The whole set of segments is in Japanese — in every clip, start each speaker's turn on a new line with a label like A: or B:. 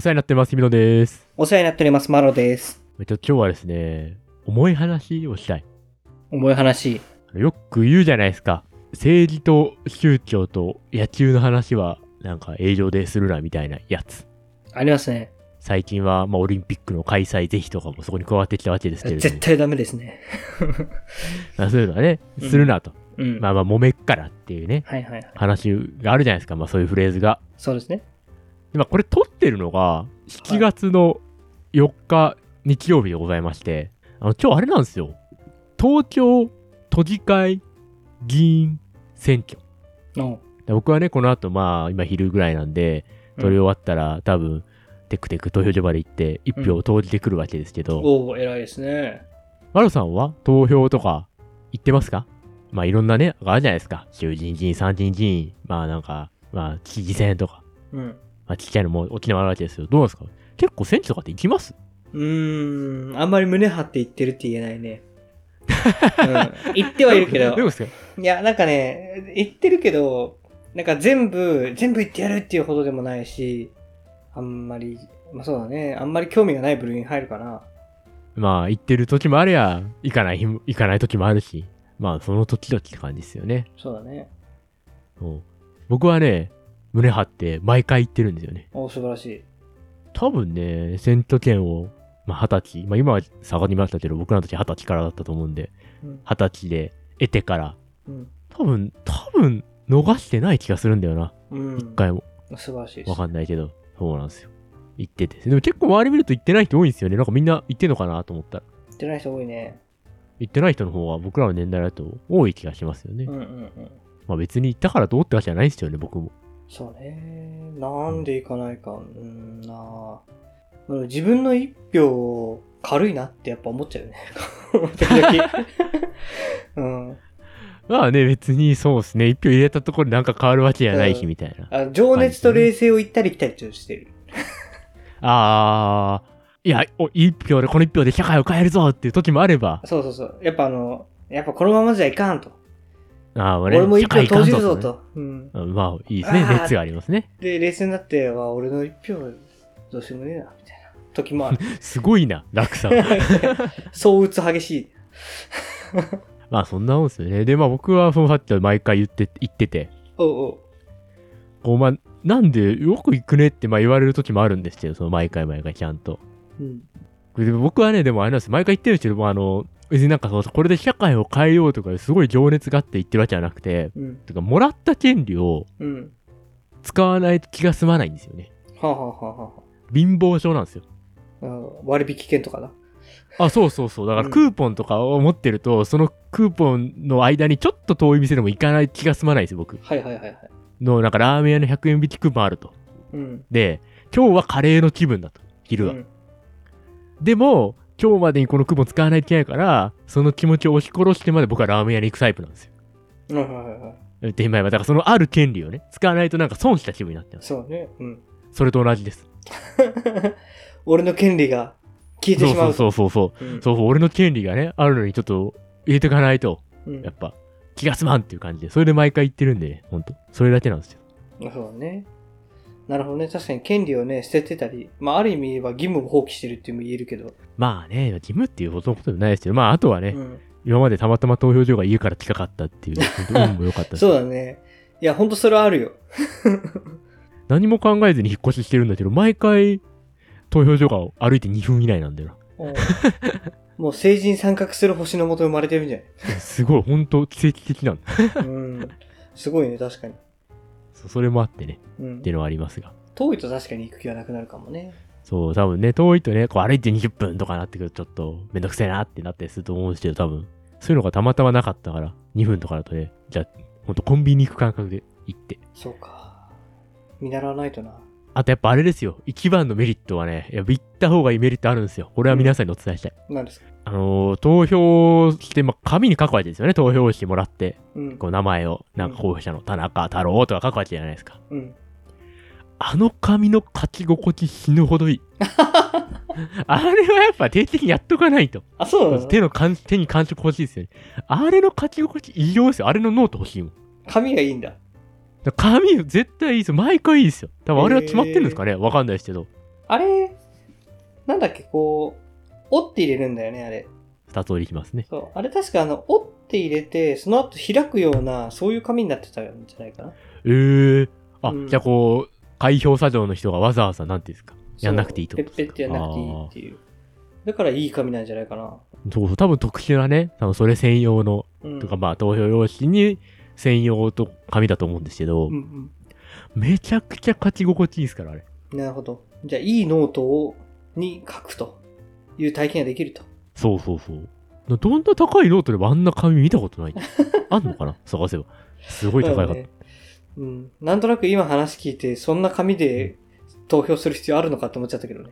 A: 世話になってます、ひみのです。
B: お世話になっております、マロです。
A: えっと、今日はですね、重い話をしたい。
B: 重い話。
A: よく言うじゃないですか。政治と宗教と野球の話は、なんか営業でするな、みたいなやつ。
B: ありますね。
A: 最近は、まあ、オリンピックの開催是非とかもそこに加わってきたわけですけ れど
B: 絶
A: も、
B: 対ダメですね。
A: まあそういうのはね、
B: うん
A: するなと。
B: うん。
A: まあまあ、揉めっからっていうね、
B: はいはいはい。
A: 話があるじゃないですか。まあ、そういうフレーズが。
B: そうですね。
A: で、まあ、これ撮ってるのが、7月の4日日曜日でございまして、あの、今日あれなんですよ。東京都議会議員選挙。
B: の、
A: で僕はね、この後、まあ、今昼ぐらいなんで、
B: うん
A: 撮り終わったら、多分、テクテク投票所まで行って、一票を投じてくるわけですけど、
B: おお、偉いですね。
A: マロさんは投票とか行ってますかまあ、いろんなね、あるじゃないですか。衆人議員、参人議員、まあなんか、まあ、知事選とか、
B: うん。
A: まあ、ちっちゃいのも沖縄あるわけですよ。どうなんですか結構選挙とかって行きます
B: うーん、あんまり胸張って言ってるって言えないね。う ん、言ってはいるけど
A: どう。ですか
B: いや、なんかね、言ってるけど、なんか全部、全部言ってやるっていうほどでもないし、あんまり、まあそうだね、あんまり興味がない部類に入るかな。
A: まあ、行ってる時もあれや、行かない日も、行かない時もあるし、まあ、その時々って感じですよね。
B: そうだね。
A: うん僕はね、胸張って毎回行ってるんですよね。
B: おお、素晴らしい。
A: 多分ね、選挙権を、まあ、二十歳、まあ、今は下がりましたけど、僕らの時二十歳からだったと思うんで、
B: うん。
A: 二十歳で得てから、
B: うん。
A: 多分、多分、逃してない気がするんだよな。
B: うん
A: 一回も。
B: 素晴らしいです。
A: わかんないけど、そうなんですよ。行ってて。でも結構周り見ると行ってない人多いんですよね。なんかみんな行ってんのかなと思ったら。
B: 言ってない人多いね。
A: 行ってない人の方が僕らの年代だと多い気がしますよね。
B: うんうんうん。
A: まあ別に行ったからどうってわけじゃないですよね、僕も。
B: そうね。なんで行かないか。うーんなあうん自分の一票軽いなってやっぱ思っちゃうよね。 時 々。うん。
A: まあね、別にそうですね。一票入れたところでなんか変わるわけじゃないし、
B: うん
A: みたいな。
B: あ情熱と冷静を行ったり来たりちょっとしてる。
A: あー、いや、お一票でこの一票で社会を変えるぞっていう時もあれば、
B: そうそうそう。やっぱあの、やっぱこのままじゃいかんと。
A: あー、俺
B: 俺も一票投じる
A: 社
B: ぞ。
A: 会いかん
B: と。うん。
A: ねうんまあ、いいですね。
B: あー
A: 熱がありますね。
B: で、冷静になって、わ俺の一票どうしようもねえな、みたいな時もあ る。
A: すごいな、落差。
B: そう打つ激しい。
A: まあ、そんなもんですよね。で、まあ僕は、そのさっき毎回言って、言ってて、
B: おうおう。
A: こう、まあ、なんでよく行くねってまあ言われる時もあるんですけど、その毎回毎回ちゃんと。
B: うん。
A: でも僕はね、でもあれなんです毎回言ってるんですけど、まあ、あの、別になんかそのこれで社会を変えようとか、すごい情熱があって言ってるわけじゃなくて、
B: うん。
A: てか、もらった権利を
B: うん。
A: 使わないと気が済まないんですよね。
B: はあ、はあはあはあ、
A: 貧乏症なんですよ。
B: うん割引券とかな。
A: あ、そうそうそう。だか
B: う
A: ら
B: ん
A: クーポンとかを持ってると、そのクーポンの間にちょっと遠い店でも行かない気が済まないんですよ、僕。
B: はいはいはいはい。
A: の、なんかラーメン屋の100円引きクーポンあると。
B: うん。
A: で、今日はカレーの気分だと。昼は。
B: うん
A: でも、今日までにこのクーポン使わないといけないから、その気持ちを押し殺してまで僕はラーメン屋に行くタイプなんですよ。
B: はいはいはいはい。
A: 手前は、だからそのある権利をね、使わないとなんか損した気分になってます。
B: そうね。うん。
A: それと同じです。
B: 俺の権利が消えて
A: そ
B: し
A: う
B: ま
A: そううそう
B: と。
A: そうそう。
B: うん
A: そうそう、俺の権利がね、あるのにちょっと入れていかないと、
B: うん
A: やっぱ気が済まんっていう感じで、それで毎回言ってるんでね、ほんと。それだけなんですよ。
B: そうね。なるほどね。確かに権利をね、捨ててたり、まあ、ある意味言えば義務を放棄してるっていうのも言えるけど。
A: まあね、義務っていうほどのことでもないですけど、まああとはね、
B: うん。
A: 今までたまたま投票所が家から近かったっていう、本当運も良か ったし
B: そうだね。いや、ほんとそれはあるよ。
A: 何も考えずに引っ越ししてるんだけど、毎回投票所が歩いて2分以内なんだよ
B: うん もう成人参画する星のもと生まれてるんじゃ
A: な。 すごい、ほんと奇跡的なんだ。
B: ないうん。すごいね、確かに。
A: そうそれもあってね、
B: うん
A: ってい。うのはありますが。
B: 遠いと確かに行く気はなくなるかもね。
A: そう、多分ね、遠いとね、こう歩いて20分とかなってくると、ちょっとめんどくせえなってなったりすると思うんですけど、多分、そういうのがたまたまなかったから、2分とかだとね、じゃあ、ほんとコンビニ行く感覚で行って。
B: そうか。見習わないとな。
A: あとやっぱあれですよ、一番のメリットはね、やっぱ行った方がいいメリットあるんですよ。これは皆さんにお伝えしたい。
B: なんですか
A: あのー投票して、まあ、紙に書くわけですよね、投票してもらって。
B: うん。
A: こう名前を、なんか候補者の田中太郎とか書くわけじゃないですか。
B: うん。
A: あの紙の書き心地死ぬほどいい。 あれはやっぱ定期的にやっとかないと。
B: あ、そうなの
A: 手の感手に感触欲しいですよね。あれの書き心地異常ですよ。あれのノート欲しいもん。
B: 髪がいいんだ。
A: だから紙絶対いいですよ。毎回いいですよ。多分あれは決まってるんですかねわかんないですけど。
B: あれ、なんだっけ、こう、折って入れるんだよね、あれ。
A: 二通りいきますね。
B: そう。あれ確かあの、折って入れて、その後開くような、そういう紙になってたんじゃないかな。
A: えー、あ、
B: うん
A: じゃあこう、開票作業の人がわざわざ、なんていうんですか、やんなくていいって
B: と
A: こ
B: ペ
A: と
B: ッ
A: で
B: ペ
A: す
B: ッ
A: か
B: てやんなくていいっていう。だからいい紙なんじゃないかな。
A: そうそう、多分特殊なね、多分それ専用の、
B: うん。
A: とかまあ投票用紙に専用と紙だと思うんですけど、
B: うん
A: めちゃくちゃ書き心地いいですから、あれ。
B: うん。なるほど。じゃあ、いいノートを、に書くという体験ができると。
A: そうそうそう。などんな高いノートでもあんな紙見たこと ない。あんのかな探せば。すごい高いかった。
B: だよねうん。なんとなく今話聞いて、そんな紙で投票する必要あるのかって思っちゃったけどね。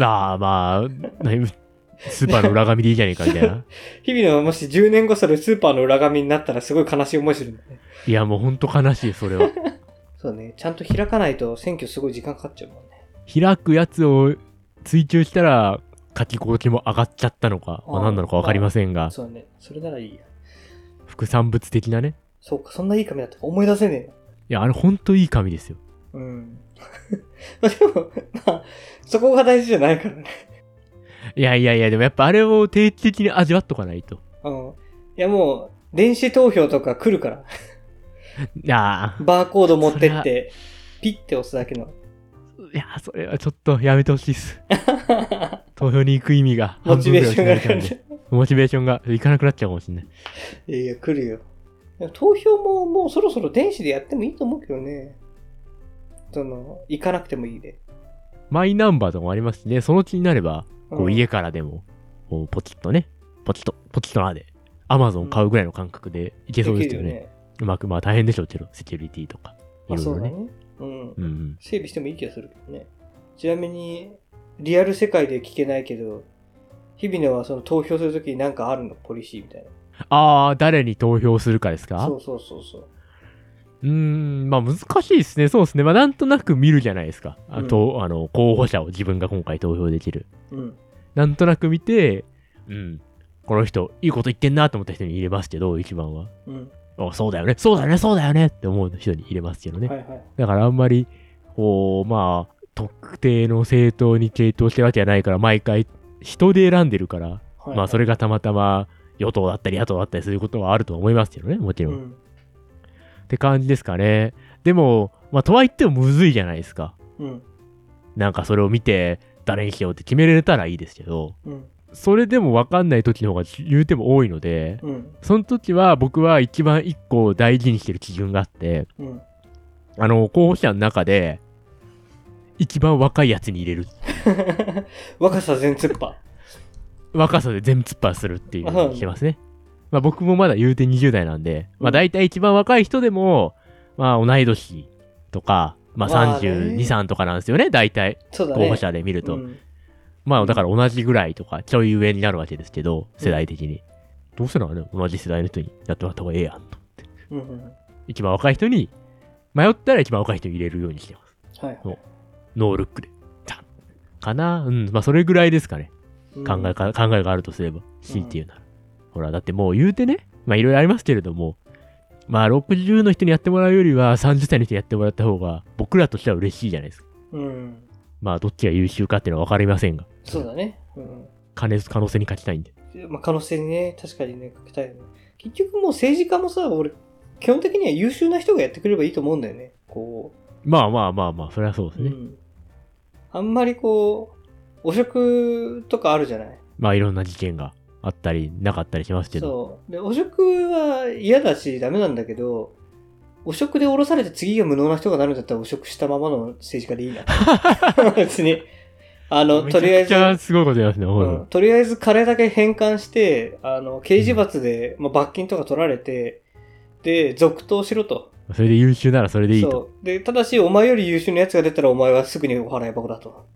A: ああ、まあ、なにスーパーの裏紙でいいじゃねえかみたい な。
B: 日々のもし10年後それスーパーの裏紙になったらすごい悲しい思いするんだね。
A: いや、もうほんと悲しい、それは。
B: そうね。ちゃんと開かないと選挙すごい時間かかっちゃうもんね。
A: 開くやつを追求したら、書き心地も上がっちゃったのか、まあ
B: あー
A: 何なのかわかりませんが、
B: そうね。それならいいや。
A: 副産物的なね。
B: そうか、そんないい紙だったか思い出せねえよ。
A: いや、あれほんといい紙ですよ。
B: うん。 まあでも、まあ、そこが大事じゃないからね。
A: いやいやいや、でもやっぱあれを定期的に味わっとかないと。
B: うん。いやもう、電子投票とか来るから。
A: いや
B: バーコード持ってって、ピッて押すだけの。
A: ー、いやーそれはちょっとやめてほしいっす。投票に行く意味が
B: モチベーションが
A: 半分ぐらい失われちゃうん
B: 上が
A: で
B: る。
A: モチベーションがいかなくなっちゃうかもしれない。
B: いやいや、来るよ。でも投票ももうそろそろ電子でやってもいいと思うけどね。その、行かなくてもいいで。
A: マイナンバーとかもありますしね、その気になれば、
B: うん
A: こう家からでも、こうポチッとね、ポチッと、ポチッとなで、アマゾン買うぐらいの感覚でいけそうですけどね。
B: きるよ。
A: うまく、まあ大変でしょうけど、セキュリティとか。い
B: ま
A: ろ
B: あ
A: い
B: そ
A: ろ
B: うだ
A: ね。
B: ね。うん。
A: うんうん。
B: 整備してもいい気がするけどね。ちなみに、リアル世界で聞けないけど、日々のはその投票するときに何かあるのポリシーみたい
A: あー、誰に投票するかです
B: な。
A: か
B: そううそうそうそう。
A: ーん、まあ難しいですね。そうですね。まあなんとなく見るじゃないですか。あと、あの、候補者を自分が今回投票できる。
B: うん。
A: なんとなく見て、うん、この人、いいこと言ってんなと思った人に入れますけど、一番は。
B: うん。
A: あそうだよね、そうだよね、そうだよねって思う人に入れますけどね。
B: はいはい。
A: だからあんまり、こう、まあ、特定の政党に傾倒してるわけじゃないから、毎回、人で選んでるから、
B: はい
A: まあ、そ
B: れ
A: れがたまたま、与党だったり野党だったりすることはあると思いますけどね、もちろ。
B: うん
A: っ
B: ん。
A: て感じですかね。でも、まあ、とはいってもむずいじゃないですか。
B: うん。
A: なんかそれを見て、誰にしようって決められたらいいですけど、
B: うん。
A: それでも分かんない時の方が言うても多いので、
B: うん。
A: その時は僕は一番一個大事にしてる基準があって、
B: うん。
A: あの、候補者の中で、一番若いやつに入れる。
B: 若さ全突破。
A: 若さで全突破するっていうのをしてますね。まあ僕もまだ言うて20代なんで、まあ大体一番若い人でも、まあ同い年とか、まあ
B: まあね
A: 32、3とかなんですよね、大体。
B: そうだね。
A: 候補者で見ると。
B: うん
A: まあだから同じぐらいとか、ちょい上になるわけですけど、世代的に。どうせならね、同じ世代の人にやってもらった方がええやんと。
B: うんうん。は
A: 一番若い人に、迷ったら一番若い人に入れるようにしてます。
B: いはい。
A: ノールックで。ちゃんかなうん、まあそれぐらいですかね。
B: うん
A: 考えか、考えがあるとすれば。強いて言うなら。ほら、だってもう言うてね、まあいろいろありますけれども、まあ60の人にやってもらうよりは30歳の人にやってもらった方が、僕らとしては嬉しいじゃないですか。
B: うん。
A: まあどっちが優秀かっていうのは分かりませんが、
B: そうだね。うん。
A: 可能可能性に勝ちたいんで。
B: まあ、可能性にね、確かにね、かけたいよね。結局もう政治家もさ、俺、基本的には優秀な人がやってくればいいと思うんだよね。こ
A: まあまあまあまあ、それはそうです
B: う、
A: ね。
B: ん。あんまりこう、汚職とかあるじゃない
A: まあいろんな事件があったり、なかったりしますけど。
B: そう。で、汚職は嫌だし、ダメなんだけど、汚職で降ろされて次が無能な人がなるんだったら汚職したままの政治家でいい な。別に。あの、とりあえ
A: めちゃくちゃ
B: ず、
A: すごいこと言いますね、ほ
B: うん、とりあえず金だけ返還して、あの、刑事罰で、まあ、罰金とか取られて、で、続投しろと。
A: それで優秀ならそれでいいと。
B: そう。で、ただし、お前より優秀な奴が出たらお前はすぐにお払い箱だと。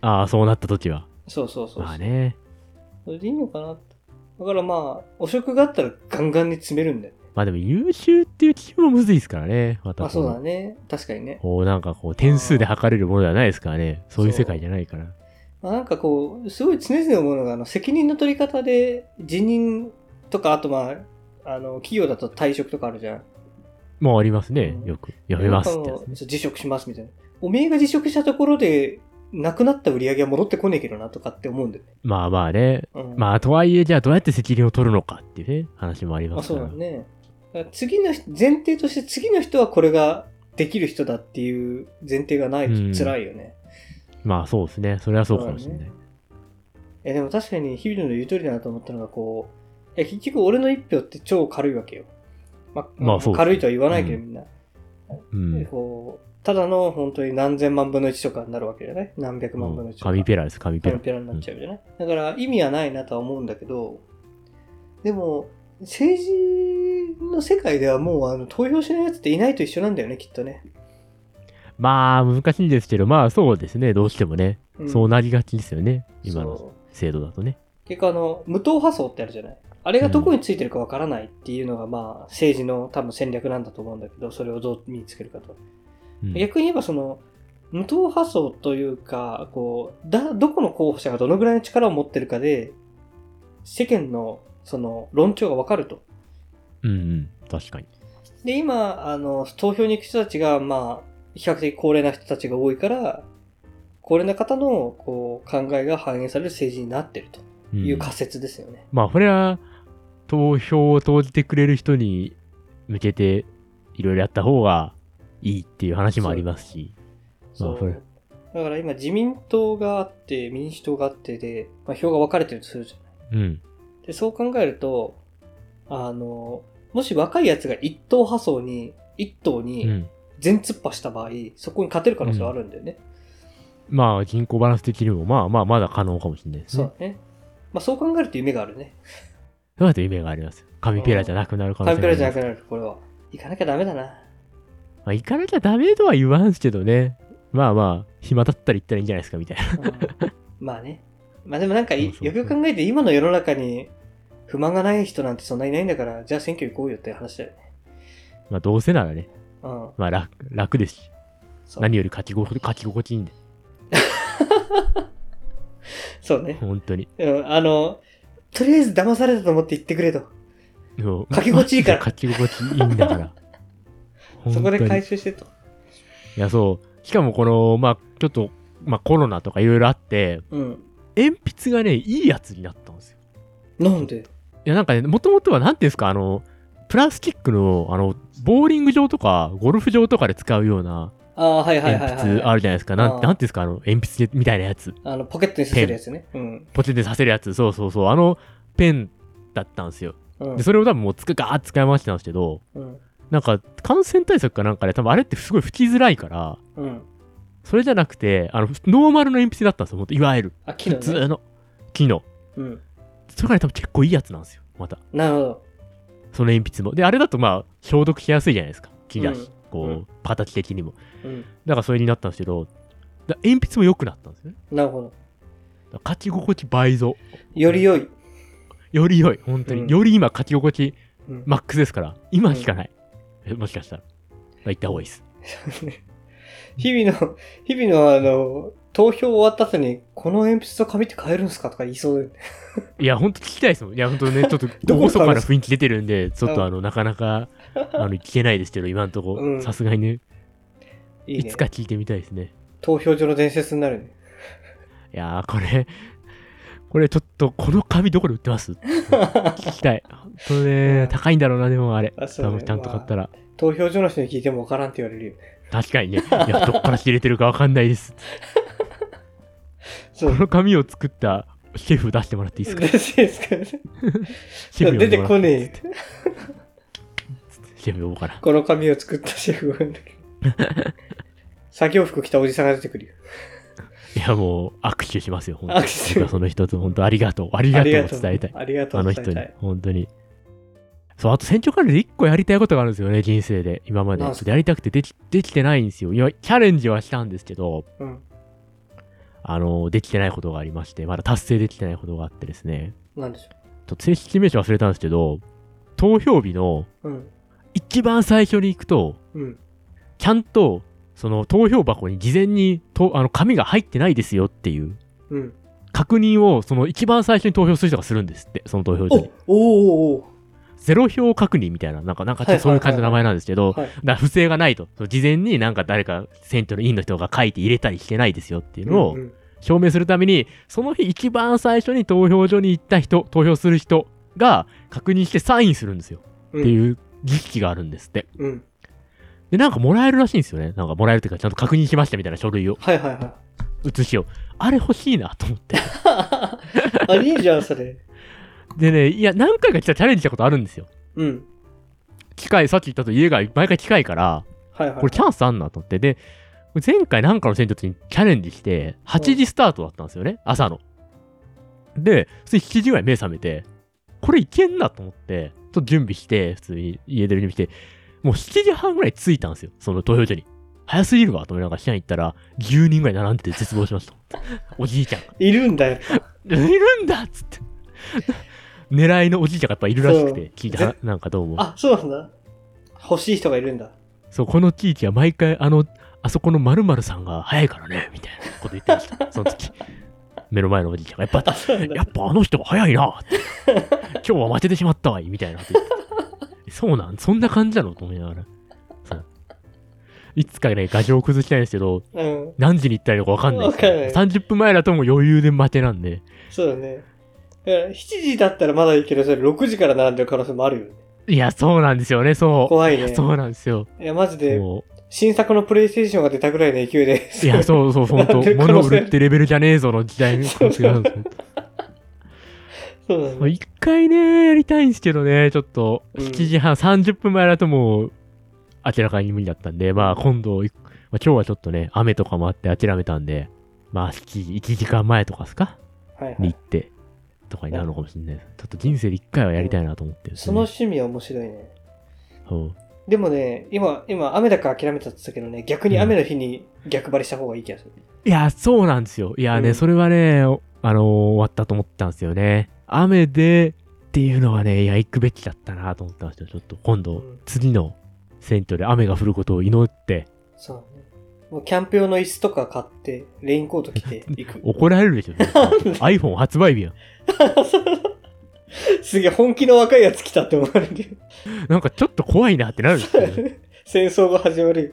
A: ああ、そうなった時は。
B: そうそうそうそう。
A: まあね。
B: それでいいのかなってだからまあ、汚職があったらガンガンに詰めるんだよ。
A: まあでも優秀っていう基準もむずいですからね。また
B: まあ
A: こ、
B: そううだね。確かにね。
A: こうなんかこう点数で測れるものではないですからね。そういう世界じゃないから。
B: まあ、なんかこう、すごい常々思うのが、あの、責任の取り方で、辞任とか、あとまあ、あの、企業だと退職とかあるじゃん。
A: まあありますね
B: う。ん
A: よく。やめますっ
B: なん
A: てや
B: か
A: つ
B: も
A: ね
B: う辞職しますみたいな。おめえが辞職したところで、なくなった売り上げは戻ってこねえけどなとかって思うんだよね。
A: まあまあね。
B: うん、
A: まあ、とはいえ、じゃあどうやって責任を取るのかっていうね、話もあり
B: まあ、
A: ます
B: そ
A: か
B: う
A: ら。
B: だね。だから次の人、前提として次の人はこれができる人だっていう前提がない
A: うん
B: と辛いよね。
A: まあそうですね。それはそうかもしれない。
B: え、でも確かに日々の言う通りだなと思ったのがこう、え、結局俺の一票って超軽いわけよ。ま、
A: まあそう
B: 軽いとは言わないけど、
A: うん
B: みんな。
A: うん。
B: こう、ただの本当に何千万分の1とかになるわけじゃない何百万分の1とか。
A: 紙ペラです、紙ペ
B: ペラ
A: ラ。
B: ペラになっちゃうじゃない、だから意味はないなとは思うんだけど、でも、政治の世界ではもうあの投票しないやつっていないと一緒なんだよね、きっとね。
A: まあ難しいんですけど、まあそうですね。どうしてもね。
B: うん
A: そうなりがちですよね。今の
B: そう
A: 制度だとね。
B: 結構あの、無党派層ってあるじゃないあれがどこについてるかわからないっていうのが、まあ、政治の多分戦略なんだと思うんだけど、それをどう身につけるかと。
A: うん
B: 逆に言えばその無党派層というかこうだどこの候補者がどのぐらいの力を持ってるかで世間のその論調が分かると。
A: うんうん。確かに。
B: で今あの投票に行く人たちがまあ比較的高齢な人たちが多いから高齢な方のこう考えが反映される政治になってると
A: うん
B: いう仮説ですよね。
A: まあ、これは投票を投じてくれる人に向けていろいろやった方がいいっていう話もありますし。
B: そ
A: まあそれ
B: うだから今自民党があって民主党があってで、まあ、票が分かれてるとするじゃん
A: うん。
B: で、そう考えると、あの、もし若いやつが一党派層に、一党
A: う
B: に
A: ん。
B: 全突破した場合、そこに勝てる可能性はあるんだよね。
A: まあ、人口バランス的にも、まあまあ、まだ可能かもしれないです
B: そ
A: ね。
B: うだね。まあそう考えると夢があるね。
A: そうだと夢がありますよ。紙ペラじゃなくなる可能
B: カ
A: 性
B: ンペラじゃ
A: があ
B: な
A: ります
B: くなる、これは。行かなきゃダメだな。
A: まあ、行かなきゃダメとは言わんすけどね。まあまあ、暇だったら行ったらいいんじゃないですか、みたいな。
B: うんまあね。まあでもなんかい、
A: そうそうそう
B: よくよく考えて今の世の中に不満がない人なんてそんなにいないんだから、じゃあ選挙行こうよって話だよね。
A: まあ、どうせならね、
B: うん。
A: まあ楽、楽ですし。
B: そう
A: 何より書きご書き心地いいんで、
B: そうね。
A: 本当に。
B: うん、あの、とりあえず騙されたと思って言ってくれと。
A: 書
B: 書き心地いいから
A: 書き心地いいんだから。
B: そこ
A: 本当
B: で
A: に
B: 回収してと。
A: いや、そう。しかもこの、まあ、ちょっと、まあ、コロナとかいろいろあって、
B: うん。
A: 鉛筆がね、いいやつになったんですよ。
B: なんで
A: いや、なんかね、もともとは、なんていうんですか、あの、プラスチックの、あの、ボーリング場とか、ゴルフ場とかで使うような
B: ああ、はいはい
A: 鉛
B: はい、はい。
A: 筆あるじゃないですか。なんなん
B: あー
A: ていうんですか、あの、鉛筆みたいなやつ。
B: あの、ポケットに刺せるやつね。うん。
A: ポチってさせるやつ、そうそうそう。あの、ペンだったんですよ。
B: うん
A: で、。それを多分もうつく、ガーッて使い回してたんですけど、
B: うん。
A: なんか、感染対策かなんかで、多分あれってすごい吹きづらいから、
B: うん。
A: それじゃなくて、あの、ノーマルの鉛筆だったんですよ、ほんといわゆる。
B: あ、木の
A: 普
B: ね。
A: 通の木の
B: うん。
A: それがね多分結構いいやつなんですよまた
B: なるほど。
A: その鉛筆もであれだとまあ消毒しやすいじゃないですか木だし、
B: うん
A: こ
B: う
A: う、
B: ん
A: 形的にも
B: うん。
A: だからそれになったんですけどだ鉛筆も良くなったんですよね
B: なるほど。
A: だから書き心地倍増
B: より良い。
A: より良い本当に、
B: うん
A: より今書き心地
B: うん。
A: マックスですから今しかない、えもしかしたら行った方がいいです
B: 日々の、 日々のあの、投票終わった後に、この鉛筆と紙って買えるんすかとか言いそうだよね。
A: いや本当聞きたいですもんいや本当ね ちょっと
B: どこ
A: 厳か
B: から
A: な
B: です
A: 雰囲気出てるんでちょっ
B: う
A: と
B: ん
A: あのなかなかあの聞けないですけど今のとこ
B: うん
A: さすがにね
B: いい
A: い
B: ね
A: つ。か聞いてみたいですね
B: 投票所の伝説になるね。
A: いやー、これ、これちょっと、この紙どこで売ってます聞きたい。ほんと
B: う
A: ね
B: ん、
A: 高いんだろうな、でもあれ。
B: あ
A: 多分ちゃんと買った
B: ら。
A: ら。
B: 投票所の人に聞いてもわからんって言われるよね。
A: 確かにね、いや、どっから仕入れてるかわかんない です。
B: そ
A: こ
B: う。
A: の紙を作ったシェフ出してもらっていいですか
B: 嬉しいですか
A: シェフ呼ん
B: 出
A: で
B: て
A: もら
B: こ
A: って
B: ねえよ。
A: シェフ呼ぼうかな。
B: この紙を作ったシェフがいるんだけ ど。作業服着たおじさんが出てくるよ。
A: いや、もう、握手しますよ、本当
B: 握
A: に。
B: 手
A: 僕はその人と、本当ありがとう。ありがとうを伝えたい。
B: ありがと
A: あ
B: う
A: の
B: 伝え
A: 人
B: た
A: に
B: い。、
A: 本当に。そう、あと船長管理で一個やりたいことがあるんですよね、人生で。今まで。
B: なんすか
A: やりたくてできできてないんですよ。いや、チャレンジはしたんですけど、
B: うん。
A: あの、できてないことがありまして、まだ達成できてないことがあってですね、
B: なんでしょ
A: ちょっと正式名称忘れたんですけど、投票日の
B: う。うん。
A: 一番最初に行くと、
B: うん。
A: ちゃんと、その投票箱に事前にとあの紙が入ってないですよっていう
B: うん。
A: 確認をその一番最初に投票する人がするんですってその投票所
B: お
A: に
B: おおお
A: ゼロ票確認みたいな、なんか、なんかちょっとそういう感じの名前なんです けど、だか
B: はい。
A: ら不正がないと。その事前になんか誰か選挙の委員の人が書いて入れたりしてないですよっていうのを
B: うんうん
A: 証明するために、その日一番最初に投票所に行った人、投票する人が確認してサインするんですよ。
B: うん
A: っていう儀式があるんですって。
B: うん。
A: で、なんかもらえるらしいんですよね。なんかもらえるというか、ちゃんと確認しましたみたいな書類を、
B: はいはいはい。
A: 写しを。あれ欲しいなと思って。
B: あ、いいじゃん、それ。
A: でね、いや、何回かチャレンジしたことあるんですよ。
B: うん。
A: 機械、さっき言ったと家が毎回近いから、
B: はいはい。
A: これチャンスあんなと思って。で、前回なんかの選挙にチャレンジして、8時スタートだったんですよね、朝の。で、普通に7時ぐらい目覚めて、これいけんなと思って、ちょっと準備して、普通に家出る準備して、もう7時半ぐらい着いたんですよ、その投票所に。早すぎるわと思いながら、市内行ったら、10人ぐらい並んでて絶望し ました。おじいちゃんが。
B: いるんだよ。
A: いるんだっつって。 狙いのおじいちゃんがやっぱいるらしくて、聞いた
B: ぜ、
A: なんかどうも。
B: あ、そうなんだ。欲しい人がいるんだ。
A: そう、この地域は毎回、あの、あそこの〇〇さんが早いからね、みたいなこと言ってま した。その時。目の前のおじいちゃんが、やっぱ、
B: そうなんだ
A: やっぱあの人が早いなって。今日は負けてしまったわい、みたいなこと言って。そうなん、そんな感じなのと思いながら。そういつかね、画像を崩したいんですけど、
B: うん。
A: 何時に行ったらいいのかわかんないです
B: わかんない
A: 30分前だともう余裕で待てなんで。
B: そうだね。だから7時だったらまだいいけど、それ6時から並んでる可能性もあるよね。
A: いや、そうなんですよね、そう。
B: 怖い
A: いや
B: ね。
A: そうなんですよ。
B: いや、マジで、
A: も
B: 新作のプレイステーションが出たぐらいの勢いで。
A: う、い や、そうそう、本当
B: なんでこの
A: 物売るってレベルじゃねえぞの時代の感じがあるんですよ。
B: そうなん
A: まあ
B: だ。
A: 一回ね、やりたいんですけどね、ちょっと、
B: うん
A: 7時半、30分前だともう、明らかに無理だったんで、まあ今度、いまあ今日はちょっとね、雨とかもあって諦めたんで、まあ7時、1時間前とかですか
B: はいは
A: に
B: い
A: 行。って、とかになるのかもしれないです。ちょっと人生で一回はやりたいなと思ってるんです
B: そ
A: よ
B: の
A: ね、
B: 趣味は面白いね。
A: そう
B: でもね、今、今、雨だから諦めたって言ったけどね、逆に雨の日に逆張りした方がいい気がする。
A: いや、そうなんですよ。いやね、
B: うん
A: それはね、おあのー終わったと思ったんですよね。雨でっていうのはね、いや、行くべきだったなと思ったんですよ。ちょっと今
B: う
A: 度
B: ん、
A: 次の選挙で雨が降ることを祈って、
B: そうだね。もうキャンプ用の椅子とか買って、レインコート着て 行く。
A: 怒られる でしょ。iPhone 発売日やん。
B: すげえ、本気の若いやつ来たって思われる よ。
A: なんかちょっと怖いなってなるんですよね。
B: 戦争が始まるよ。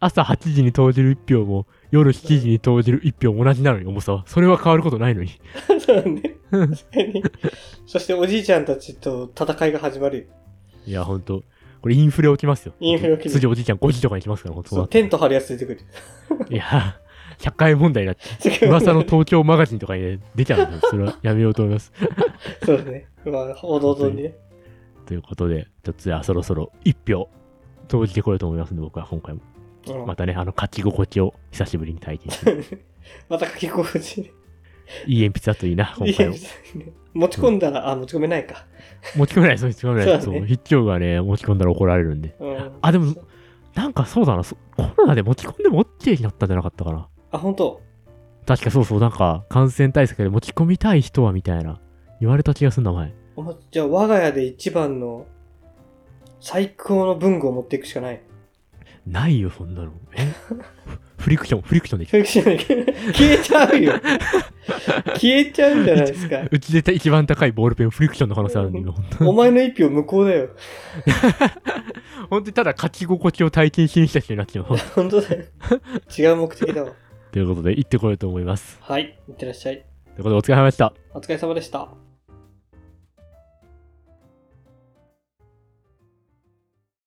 A: 朝8時に投じる1票も、夜7時に投じる1票も同じなのに、重さは。それは変わることないのに。
B: そう だね。確かにそしておじいちゃんたちと戦いが始まるよ。
A: いや、ほんと。これインフレ起きますよ。
B: インフレ起きる
A: 次おじいちゃん5時とかに来ますから、ほん
B: そう
A: と。
B: テント張るやつ出てくる。
A: いや、社会問題になって。 噂の東京マガジンとかに、ね、出ちゃうんですよ。それはやめようと思います。
B: そうだね。まあ、おどおどにね。
A: ということで、ちょっとじゃあそろそろ1票投じてこようと思いますんで、僕は今回も。
B: うん
A: またね、あの、勝ち心地を久しぶりに体験して。
B: また書き心地いい
A: いい鉛筆だといいな、今
B: い
A: 回
B: や
A: も。
B: 持ち込んだら、あ、持ち込めないか。
A: 持ち込めない、そう、持ち込めない。
B: そう
A: そ
B: だね
A: う、筆長がね、持ち込んだら怒られるんで。
B: うん。
A: あ、でも、なんかそうだな、そコロナで持ち込んでも OK になったんじゃなかったかな。
B: あ、本当
A: 確かそうそう、なんか感染対策で持ち込みたい人はみたいな、言われた気がするんだ、前。
B: お前じゃあ、我が家で一番の最高の文具を持っていくしかない。
A: ないよ、そんなの。え フリクション、フリクションでしょ。
B: 教育 しない消えちゃうよ。消えちゃうんじゃないで すか。
A: うちで一番高いボールペン、フリクションの可能性あるんで、今、本当に
B: お前の一票無効だよ。
A: 本当にただ書き心地を体験しに来た人になってしまう
B: 本当 だよ。違う目的だわ。
A: ということで、行ってこようと思います。
B: はい、いってらっしゃい。
A: ということで、お疲れ様でした。
B: お疲れ様でした。